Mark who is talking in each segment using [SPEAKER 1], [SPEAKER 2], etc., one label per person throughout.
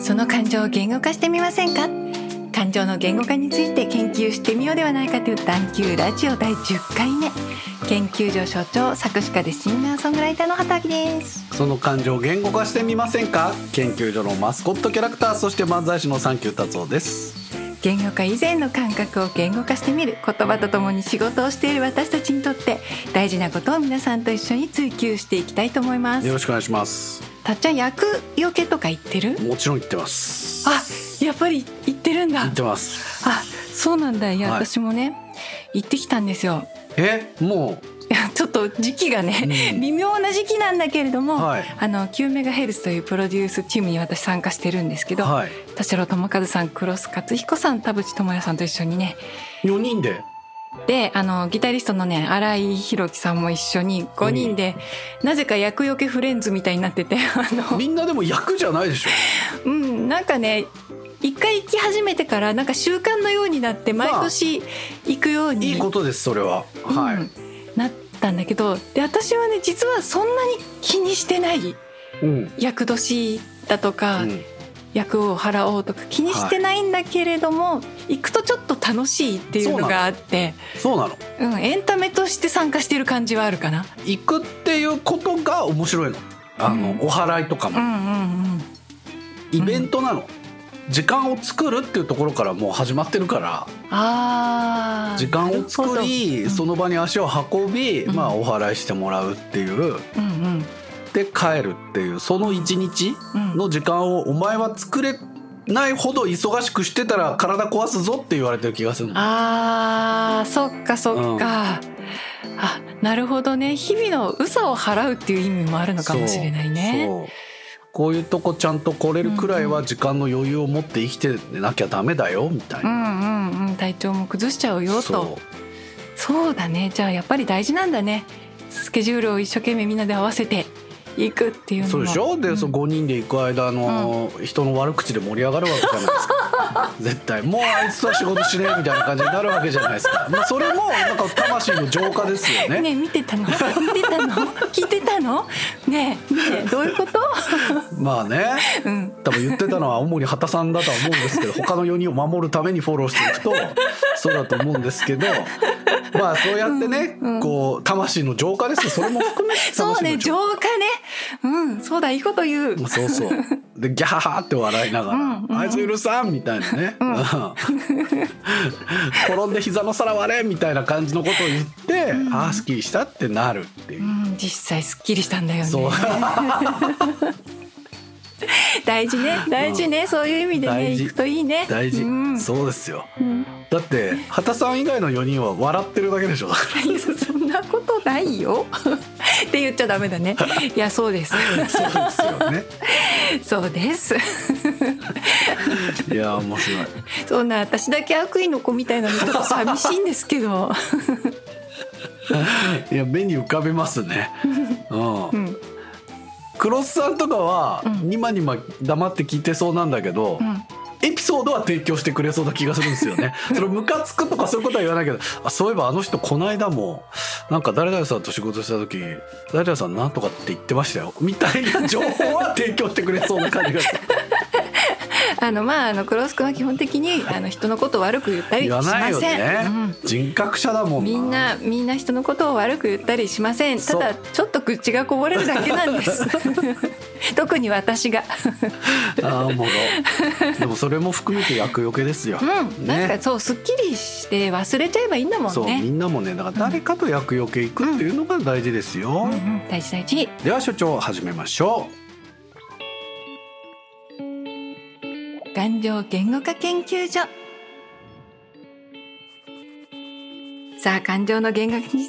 [SPEAKER 1] その感情を言語化してみませんか感情の言語化について研究してみようではないかという探求ラジオ第10回目研究所所長作詞家でシンガーソングライターの畑明です
[SPEAKER 2] その感情を言語化してみませんか研究所のマスコットキャラクターそして漫才師のサンキュー達夫です
[SPEAKER 1] 言語化以前の感覚を言語化してみる言葉とともに仕事をしている私たちにとって大事なことを皆さんと一緒に追求していきたいと思いま
[SPEAKER 2] よ
[SPEAKER 1] す
[SPEAKER 2] ろしくお願いします
[SPEAKER 1] たっちゃん役よけとか言ってる
[SPEAKER 2] もちろん言ってます
[SPEAKER 1] あやっぱり言ってるんだ
[SPEAKER 2] 言ってます
[SPEAKER 1] あそうなんだいや、
[SPEAKER 2] はい
[SPEAKER 1] 私もね行ってきたんですよ
[SPEAKER 2] えも
[SPEAKER 1] いや ちょっと時期がね、
[SPEAKER 2] うん
[SPEAKER 1] 微妙な時期なんだけれども、
[SPEAKER 2] はい
[SPEAKER 1] あの9メガヘルツというプロデュースチームに私参加してるんですけ
[SPEAKER 2] う
[SPEAKER 1] ど、
[SPEAKER 2] はい
[SPEAKER 1] 田代智和さんクロス勝彦さん田淵智也さんと一緒にね
[SPEAKER 2] 4人 で
[SPEAKER 1] であのギタリストのね新井宏樹さんも一緒に5人で、なぜか厄除けフレンズみたいになって てあの、
[SPEAKER 2] みんなでも役じゃないでしょ
[SPEAKER 1] うん、なんかね一回行き始めてからなんか習慣のようになって毎年行くように、
[SPEAKER 2] いいことですそれは、は
[SPEAKER 1] う
[SPEAKER 2] い
[SPEAKER 1] ん、なったんだけどで私はね実はそんなに気にしてない
[SPEAKER 2] うん
[SPEAKER 1] 厄年だとか、
[SPEAKER 2] うん
[SPEAKER 1] 厄を払おうとか気にしてないんだけれども、行くとちょっと楽しいっていうのがあって
[SPEAKER 2] そうなの
[SPEAKER 1] う、ん、エンタメとして参加してる感じはあるかな。
[SPEAKER 2] 行くっていうことが面白いのあの、
[SPEAKER 1] うん
[SPEAKER 2] お祓いとか
[SPEAKER 1] う
[SPEAKER 2] も
[SPEAKER 1] んうんうん
[SPEAKER 2] イベントなの、時間を作るっていうところからもう始まってるから
[SPEAKER 1] あー
[SPEAKER 2] 時間を作り、
[SPEAKER 1] なるほど
[SPEAKER 2] その場に足を運び、
[SPEAKER 1] うん
[SPEAKER 2] まあ、お祓いしてもらうっていう
[SPEAKER 1] うんうん
[SPEAKER 2] で帰るっていうその一日
[SPEAKER 1] うん
[SPEAKER 2] の時間をお前は作れないほど忙しくしてたら体壊すぞって言われてる気がするの
[SPEAKER 1] あーそっかそっか、あなるほどね日々のうさを払うっていう意味もあるのかもしれないね。
[SPEAKER 2] そうそうこういうとこちゃんと来れるくらいは時間の余裕を持って生きてなきゃダメだよみたいうな、
[SPEAKER 1] んうんうん体調も崩しちゃうよとそう
[SPEAKER 2] そ
[SPEAKER 1] だねじゃあやっぱり大事なんだねスケジュールを一生懸命みんなで合わせていくっていう
[SPEAKER 2] う
[SPEAKER 1] のも
[SPEAKER 2] そうでしょで、
[SPEAKER 1] うん
[SPEAKER 2] その5人で行く間の、人の悪口で盛り上がるわけじゃないです か絶対もうあいつとは仕事しねえみたいな感じになるわけじゃないで すか、まあ、それもなんか魂の浄化ですよね
[SPEAKER 1] ね見てたの見て たの聞いてたのねえねえどういうこと、
[SPEAKER 2] まあね
[SPEAKER 1] うん、
[SPEAKER 2] 多分言ってたのは主に畑さんだとは思うんですけ ど他の4人を守るためにフォローしていくとそうだと思うんですけどまあそうやってね、こう魂の浄化ですよそれも含めて
[SPEAKER 1] そう
[SPEAKER 2] 魂の
[SPEAKER 1] ね浄
[SPEAKER 2] 浄化
[SPEAKER 1] 化ねうんそうだいいこと言う
[SPEAKER 2] まあそうそうでギャハハって笑いながら「
[SPEAKER 1] うんうん
[SPEAKER 2] あいつ許さん」みたいなね「うん転んで膝の皿割れ」みたいな感じのことを言って「ああすっきりした」ってなるっていう
[SPEAKER 1] う。ん、実際すっきりしたんだよね。
[SPEAKER 2] そう
[SPEAKER 1] 大事ね、大事ね、そういう意味でね、
[SPEAKER 2] 大事
[SPEAKER 1] 行くといいね。
[SPEAKER 2] 大事、
[SPEAKER 1] うん、
[SPEAKER 2] そうですよ
[SPEAKER 1] うん
[SPEAKER 2] だって畑さん以外の4人は笑ってるだけでしょ
[SPEAKER 1] いやそんなことないよって言っちゃダメだ ね。いや、そうです。
[SPEAKER 2] そうですよ ね。
[SPEAKER 1] そうです。
[SPEAKER 2] いや面白い。
[SPEAKER 1] そんな私だけ悪意の子みたいなのちょっと寂しいんですけど。
[SPEAKER 2] いや目に浮かびますね。う。
[SPEAKER 1] うんん、
[SPEAKER 2] クロスさんとかは、
[SPEAKER 1] うん
[SPEAKER 2] にまにま黙って聞いてそうなんだけど、
[SPEAKER 1] うん、
[SPEAKER 2] エピソードは提供してくれそうな気がするんです よね。それムカつくとかそういうことは言わないけど、あそういえばあの人この間もなんか誰々さんと仕事した時、誰々さんなんとかって言ってましたよみたいな情報は提供してくれそうな感じがす る。
[SPEAKER 1] あの、まあ、あの、クロス君は基本的に、あの、人のことを悪く言ったりし
[SPEAKER 2] 言わ
[SPEAKER 1] ません。
[SPEAKER 2] ないよね。人格者だも
[SPEAKER 1] うんん
[SPEAKER 2] な。
[SPEAKER 1] みんなみんな人のことを悪く言ったりしませんただちょっと口がこぼれるだけなんです 特に私が
[SPEAKER 2] あーもろ。でもそれも含めて厄除けですよ。
[SPEAKER 1] うん、なんかそうすっきりして忘れちゃえばいいんだもん
[SPEAKER 2] そうみ
[SPEAKER 1] ね。
[SPEAKER 2] んなもねだから誰かと厄除け行くっていうのが大事ですよ、
[SPEAKER 1] うんうん、大事大事。
[SPEAKER 2] では所長始めましょ
[SPEAKER 1] 頑丈言語化研究所。さあ感情の言語化に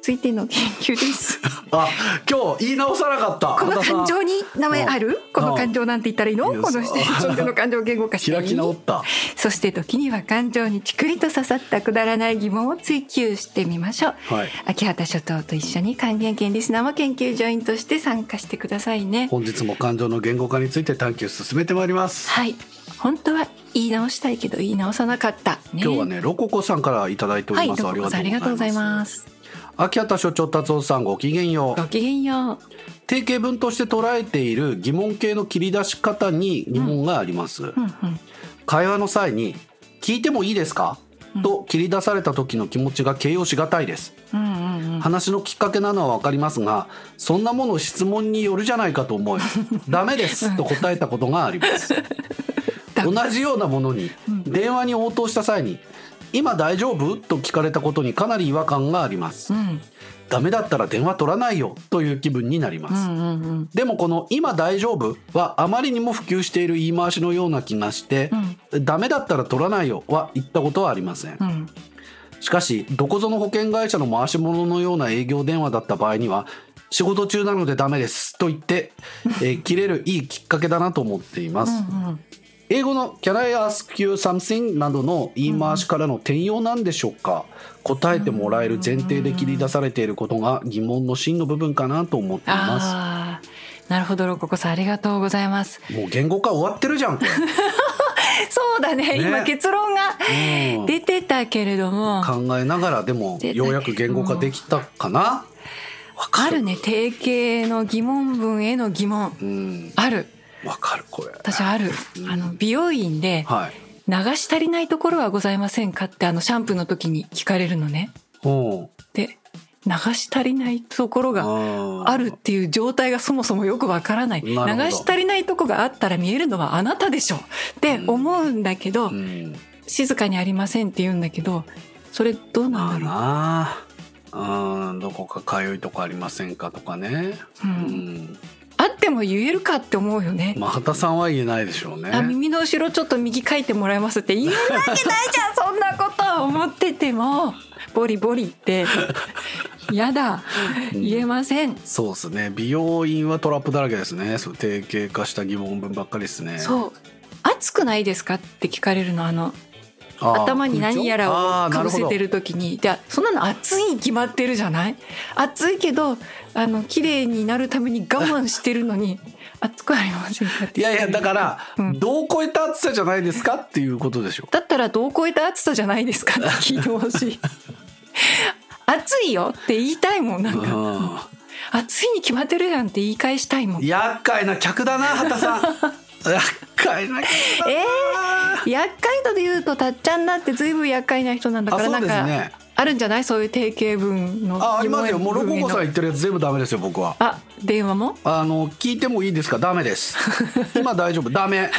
[SPEAKER 1] ついての研究です。
[SPEAKER 2] う あ今日言い直さなかった
[SPEAKER 1] この
[SPEAKER 2] 畑さん
[SPEAKER 1] 感情に名前ある？この感情なんて言ったらいいの？
[SPEAKER 2] いいよ
[SPEAKER 1] このシチュエーションでの感情を言語化して
[SPEAKER 2] 開き直った
[SPEAKER 1] そして時には感情にちくりと刺さったくだらない疑問を追求してみましょう。
[SPEAKER 2] はい
[SPEAKER 1] 秋畑諸島と一緒に還元研リスナーも研究所員として参加してくださいね。
[SPEAKER 2] 本日も感情の言語化について探求進めてまいります、
[SPEAKER 1] はい。本当は言い直したいけど言い直さなかった。ね
[SPEAKER 2] 今日は。ねロココさんからいただいてお
[SPEAKER 1] は
[SPEAKER 2] り
[SPEAKER 1] い、
[SPEAKER 2] ます、
[SPEAKER 1] どここさんありがとうございます。
[SPEAKER 2] 秋畑所長達夫さんごきげんよう
[SPEAKER 1] ごきげんよう。
[SPEAKER 2] 定型文として捉えている疑問形の切り出し方に疑問があります、
[SPEAKER 1] うんうん。
[SPEAKER 2] 会話の際に「聞いてもいいですか?
[SPEAKER 1] うん」
[SPEAKER 2] と切り出された時の気持ちが形容しがたいです
[SPEAKER 1] うんうんうん。
[SPEAKER 2] 話のきっかけなのは分かりますがそんなもの質問によるじゃないかと 思い「ダメです」と答えたことがあります
[SPEAKER 1] ダメ
[SPEAKER 2] 同じようなものに電話に応答した際に「今大丈夫?」と聞かれたことにかなり違和感があります
[SPEAKER 1] うん
[SPEAKER 2] 「ダメだったら電話取らないよ」という気分になります
[SPEAKER 1] うんうんうん。
[SPEAKER 2] でもこの「今大丈夫」はあまりにも普及している言い回しのような気がして「ダメだったら取らないよ」は言ったことはありません
[SPEAKER 1] う。ん
[SPEAKER 2] しかしどこぞの保険会社の回し物のような営業電話だった場合には「仕事中なのでダメです」と言って、え ー切れるいいきっかけだなと思っています。
[SPEAKER 1] うん
[SPEAKER 2] 英語の「Can I ask you something?」などの言い回しからの転用なんでしょうか答えてもらえる前提で切り出されていることが疑問の真の部分かなと思っています。
[SPEAKER 1] ああ、なるほど、ロココさん、ありがとうございます。
[SPEAKER 2] もう言語化終わってるじゃんこ
[SPEAKER 1] そうだね、
[SPEAKER 2] ね
[SPEAKER 1] 今結論が
[SPEAKER 2] れ、うん
[SPEAKER 1] 出てたけれども。
[SPEAKER 2] 考えながらでも
[SPEAKER 1] 出た
[SPEAKER 2] ようやく言語化できたかなわ
[SPEAKER 1] あ
[SPEAKER 2] か
[SPEAKER 1] るね、定型の疑問文への疑問。
[SPEAKER 2] うん
[SPEAKER 1] ある。
[SPEAKER 2] わかるこれ
[SPEAKER 1] 私ある。あの、美容院で、
[SPEAKER 2] はい
[SPEAKER 1] 流し足りないところはございませんかって、あの、シャンプーの時に聞かれるのね。
[SPEAKER 2] うん
[SPEAKER 1] で、流し足りないところが
[SPEAKER 2] あ
[SPEAKER 1] あるっていう状態がそもそもよくわからない。流
[SPEAKER 2] なるほど
[SPEAKER 1] し足りないとこがあったら見えるのはあなたでしょって思うんだけど、
[SPEAKER 2] うん
[SPEAKER 1] 静かにありませんって言うんだけど、それどうな
[SPEAKER 2] まあ
[SPEAKER 1] んだろ
[SPEAKER 2] なうんどこかかゆいとこありませんかとかね
[SPEAKER 1] う。う、
[SPEAKER 2] うんん
[SPEAKER 1] あっても言えるかって思うよね。
[SPEAKER 2] まあ畑さんは言えないでしょうね
[SPEAKER 1] あ耳の後ろちょっと右書いてもらえますって言えるわけないじゃんそんなこと思ってて もボリボリってやだ言えません、
[SPEAKER 2] そうですね美容院はトラップだらけですねそう定型化した疑問文ばっかりですね
[SPEAKER 1] そう熱くないですかって聞かれるのあの
[SPEAKER 2] あー
[SPEAKER 1] 頭に何やら
[SPEAKER 2] あ
[SPEAKER 1] を
[SPEAKER 2] ー
[SPEAKER 1] かぶ
[SPEAKER 2] なるほ
[SPEAKER 1] せ
[SPEAKER 2] ど
[SPEAKER 1] てる時にでそんなの熱いに決まってるじゃない熱いけどあの綺麗になるために我慢してるのに 熱くありませんかって
[SPEAKER 2] いやいやだから、
[SPEAKER 1] うん
[SPEAKER 2] どう超えた暑さじゃないですかっていうことでしょ
[SPEAKER 1] だったらどう超えた暑さじゃないです かって聞いてほしい 暑いよって言いたいもんなんか
[SPEAKER 2] う
[SPEAKER 1] 暑いに決まってるじゃんって言い返したいもん
[SPEAKER 2] ん、厄介な客だな 畑さん厄介な客だな
[SPEAKER 1] え厄介とで言うとたっちゃんだってずいぶん厄介な人なんだか
[SPEAKER 2] あ
[SPEAKER 1] ら
[SPEAKER 2] そ
[SPEAKER 1] な
[SPEAKER 2] うんです
[SPEAKER 1] か、
[SPEAKER 2] ね
[SPEAKER 1] あるんじゃないそういう定型文の
[SPEAKER 2] あありますよもうロコ
[SPEAKER 1] 文へ
[SPEAKER 2] コ
[SPEAKER 1] の
[SPEAKER 2] さん言ってるやつ全部ダメですよ僕は
[SPEAKER 1] あ電話も
[SPEAKER 2] あの聞いてもいいですかダメです 今大丈夫ダメ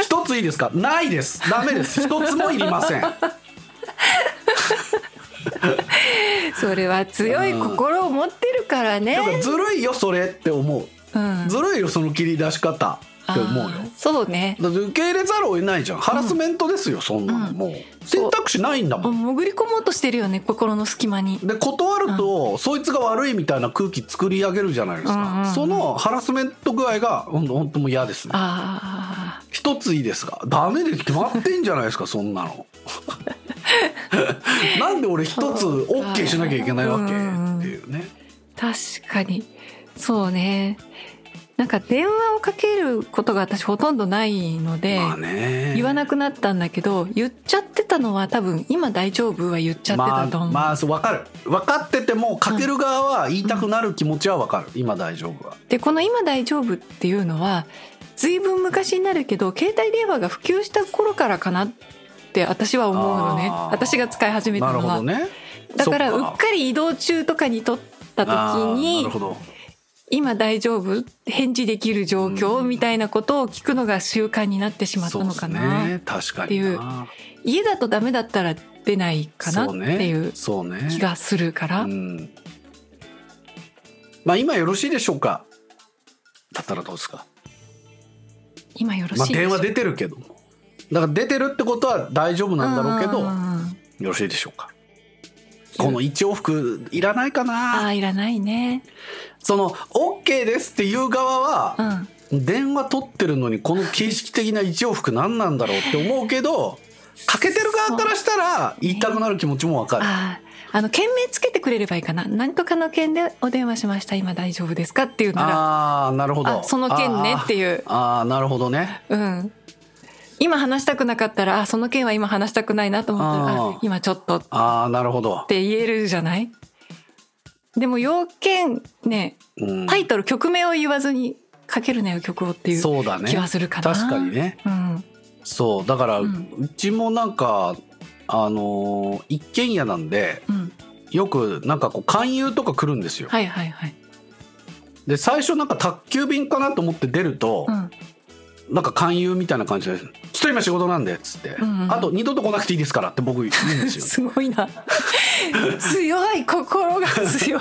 [SPEAKER 2] 一ついいですかないですダメです一つもいり ません
[SPEAKER 1] それは強い心を持ってるからね、
[SPEAKER 2] なんかずるいよそれって思う
[SPEAKER 1] うん、
[SPEAKER 2] ずるいよその切り出し方って思うよ
[SPEAKER 1] あーそうね
[SPEAKER 2] だって受け入れざるを得ないじゃんハラスメントですよ、そんなの、
[SPEAKER 1] うん
[SPEAKER 2] もう選択肢ないんだもん、
[SPEAKER 1] 潜り込もうとしてるよね心の隙間に
[SPEAKER 2] で断ると、そいつが悪いみたいな空気作り上げるじゃないですか、
[SPEAKER 1] うんうんうん
[SPEAKER 2] そのハラスメント具合がほんとほんともう嫌ですね
[SPEAKER 1] ああ
[SPEAKER 2] 一ついいですかダメで決まってんじゃないですかそん なのなんで俺一つ OK しなきゃいけないわけ
[SPEAKER 1] う
[SPEAKER 2] っ
[SPEAKER 1] んうん
[SPEAKER 2] ていうね
[SPEAKER 1] 確かにそうねなんか電話をかけることが私ほとんどないので、
[SPEAKER 2] まあね
[SPEAKER 1] 言わ
[SPEAKER 2] な
[SPEAKER 1] なくなったんだけど言っちゃってたのは多分「今大丈夫」は言っちゃってたと思う、
[SPEAKER 2] まあ、まあ、そう分かる分かっててもかける側は言いたくなる気持ちは分かる、今大丈夫は
[SPEAKER 1] でこの「今大丈夫」っていうのは随分昔になるけど携帯電話が普及した頃からかなって私は思うのね
[SPEAKER 2] あー
[SPEAKER 1] 私が使い始めた
[SPEAKER 2] なる
[SPEAKER 1] の
[SPEAKER 2] ほ
[SPEAKER 1] は、
[SPEAKER 2] どね
[SPEAKER 1] だから
[SPEAKER 2] そっ
[SPEAKER 1] うっかり移動中とかに撮った時
[SPEAKER 2] あーな
[SPEAKER 1] に
[SPEAKER 2] るほど
[SPEAKER 1] 「今大丈夫?」返事できる状況みたいなことを聞くのが習慣になってしまったのか
[SPEAKER 2] そう
[SPEAKER 1] な、
[SPEAKER 2] ですね確か
[SPEAKER 1] って
[SPEAKER 2] に
[SPEAKER 1] いう
[SPEAKER 2] な
[SPEAKER 1] 家だとダメだったら出ないかなっていう
[SPEAKER 2] そうねそうね
[SPEAKER 1] 気がするから、
[SPEAKER 2] うんまあ今よろしいでしょうかだったらどうですか
[SPEAKER 1] 今よろし
[SPEAKER 2] まあ
[SPEAKER 1] いでしょ
[SPEAKER 2] 電
[SPEAKER 1] うか
[SPEAKER 2] 話出てるけどだから出てるってことは大丈夫なんだろうけど
[SPEAKER 1] んんうん
[SPEAKER 2] よろしいでしょうかこの1往復いらないか
[SPEAKER 1] あ
[SPEAKER 2] な
[SPEAKER 1] あいらないね
[SPEAKER 2] その OK ですっていう側
[SPEAKER 1] う
[SPEAKER 2] は
[SPEAKER 1] ん
[SPEAKER 2] 電話取ってるのにこの形式的な1往復何なんだろうって思うけどかけてる側からしたら言いたくなる気持ちもわかる
[SPEAKER 1] あああの件名つけてくれればいいかななんとかの件でお電話しました今大丈夫ですかっていうなら
[SPEAKER 2] ああーなるほ
[SPEAKER 1] あ
[SPEAKER 2] ど
[SPEAKER 1] その件ねっていう
[SPEAKER 2] あーあーなるほどね
[SPEAKER 1] うん今話したくなかったら、あ、その件は今話したくないなと思ったら、
[SPEAKER 2] あー
[SPEAKER 1] あ今ちょっとっ
[SPEAKER 2] ああなるほど、
[SPEAKER 1] て言えるじゃないでも要件ね、
[SPEAKER 2] うん
[SPEAKER 1] タイトル、曲名を言わずに書けるなよ曲をっていう
[SPEAKER 2] そうだね
[SPEAKER 1] 気はするかな。
[SPEAKER 2] 確かに。ね
[SPEAKER 1] うん。
[SPEAKER 2] そうだから、う
[SPEAKER 1] うん
[SPEAKER 2] ちもなんかあのー一軒家なんで
[SPEAKER 1] うん。
[SPEAKER 2] よくなんかこう勧誘とか来るんですよ、
[SPEAKER 1] はいはいはい。
[SPEAKER 2] で最初なんか宅急便かなと思って出ると
[SPEAKER 1] う、ん。
[SPEAKER 2] なんか勧誘みたいな感じで「ちょっと今仕事なんで」っつって、
[SPEAKER 1] んうん
[SPEAKER 2] あと二度と来なくていいですから」って僕言うんですよ、ね、
[SPEAKER 1] すごいな。強い心が強い。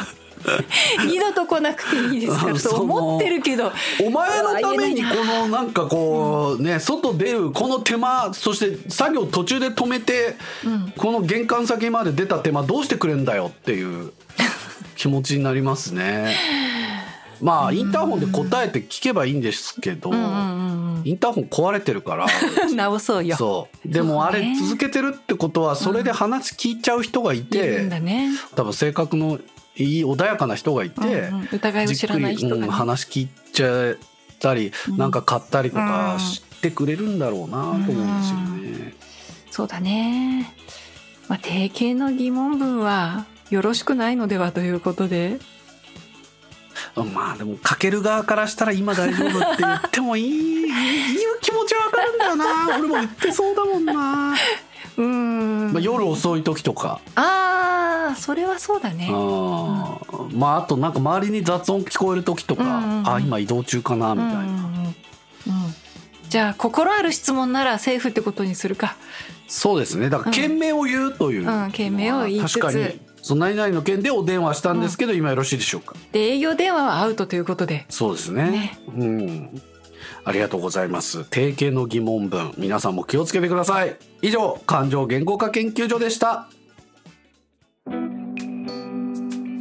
[SPEAKER 1] 二度と来なくていいですからと思ってるけど、
[SPEAKER 2] お前のために
[SPEAKER 1] う
[SPEAKER 2] こ
[SPEAKER 1] わ言
[SPEAKER 2] のなんかこうね外出るこの手間そして作業途中で止めて
[SPEAKER 1] うん、
[SPEAKER 2] この玄関先まで出た手間どうしてくれんだよっていう気持ちになりますね。まあインターホンで答えて聞けばいいんですけど、
[SPEAKER 1] うんうんうん
[SPEAKER 2] インターホン壊れてるから。
[SPEAKER 1] うん。直そうよ。
[SPEAKER 2] そうでもあ
[SPEAKER 1] そう
[SPEAKER 2] れ
[SPEAKER 1] ね
[SPEAKER 2] 続けてるってことはそれで話聞いちゃう人がい
[SPEAKER 1] いる
[SPEAKER 2] て、
[SPEAKER 1] んだね。
[SPEAKER 2] 多分性格のいい穏やかな人がいて、
[SPEAKER 1] うんうん疑いを
[SPEAKER 2] じ
[SPEAKER 1] 知
[SPEAKER 2] っ
[SPEAKER 1] ら
[SPEAKER 2] く
[SPEAKER 1] ない
[SPEAKER 2] り、
[SPEAKER 1] 人が
[SPEAKER 2] う
[SPEAKER 1] ね、
[SPEAKER 2] ん、話聞いちゃったり、
[SPEAKER 1] うん
[SPEAKER 2] なんか買ったりとか
[SPEAKER 1] うん
[SPEAKER 2] してくれるんだろうなと思うんですよね。
[SPEAKER 1] そうだね。まあ、定型の疑問文はよろしくないのではということで、
[SPEAKER 2] まあでもかける側からしたら今大丈夫って言ってもいい言う気持ちはわかるんだよな 俺も言ってそうだもんな、ま
[SPEAKER 1] うーん。
[SPEAKER 2] あ、夜遅い時とか、
[SPEAKER 1] ああ、それはそうだね。
[SPEAKER 2] あーまああとなんか周りに雑音聞こえる時とか、
[SPEAKER 1] うんうんうん
[SPEAKER 2] あ今移動中かなみたいな、
[SPEAKER 1] うんうんうんうんじゃあ心ある質問ならセーフってことにするか。
[SPEAKER 2] そうですねだから件名を言うという、
[SPEAKER 1] うんうん件名を言いつつ
[SPEAKER 2] 確かにその何々の件でお電話したんですけど、今よろしいでしょうか
[SPEAKER 1] で営業電話はアウトということで。
[SPEAKER 2] そうですね
[SPEAKER 1] ね
[SPEAKER 2] うんありがとうございます定型の疑問文皆さんも気をつけてください以上感情言語化研究所でした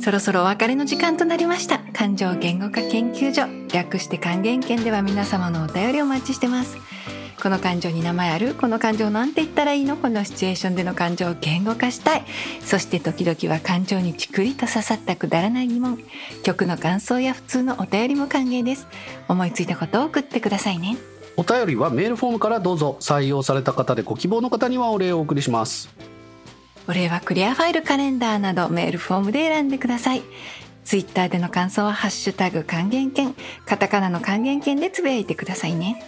[SPEAKER 1] そろそろお別れの時間となりました。感情言語化研究所略して還元研では皆様のお便りをお待ちしてます。この感情に名前あるこの感情なんて言ったらいいのこのシチュエーションでの感情を言語化したいそして時々は感情にちくりと刺さったくだらない疑問曲の感想や普通のお便りも歓迎です思いついたことを送ってくださいね
[SPEAKER 2] お便りはメールフォームからどうぞ採用された方でご希望の方にはお礼をお送りします
[SPEAKER 1] お礼はクリアファイルカレンダーなどメールフォームで選んでください。ツイッターでの感想はハッシュタグ還元券、カタカナの還元券でつぶやいてくださいね。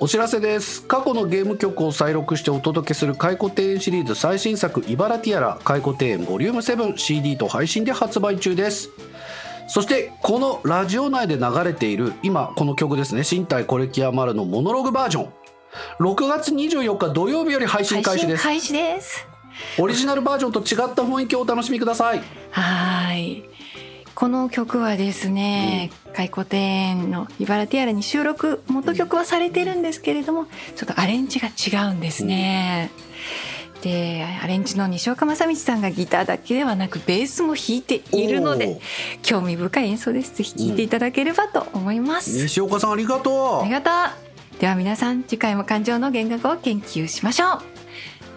[SPEAKER 2] お知らせです過去のゲーム曲を再録してお届けする回顧庭園シリーズ最新作「イバラティアラ回顧庭園 Vol.7CD と配信で発売中ですそしてこのラジオ内で流れている今この曲ですね「新体コレキアマル」のモノログバージョン6月24日土曜日より配信開始です
[SPEAKER 1] 開始です。
[SPEAKER 2] オリジナルバージョンと違った雰囲気をお楽しみください
[SPEAKER 1] はーい。この曲はですね、回顧庭園のイバラティアラに収録、元曲はされてるんですけれども、ちょっとアレンジが違うんですね。で、アレンジの西岡正道さんがギターだけではなくベースも弾いているので、興味深い演奏です。ぜひ聴いていただければと思います。
[SPEAKER 2] 西岡さんありがと
[SPEAKER 1] あり
[SPEAKER 2] う
[SPEAKER 1] がとう。では皆さん次回も感情の弦楽を研究しましょう。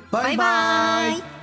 [SPEAKER 1] バイバイ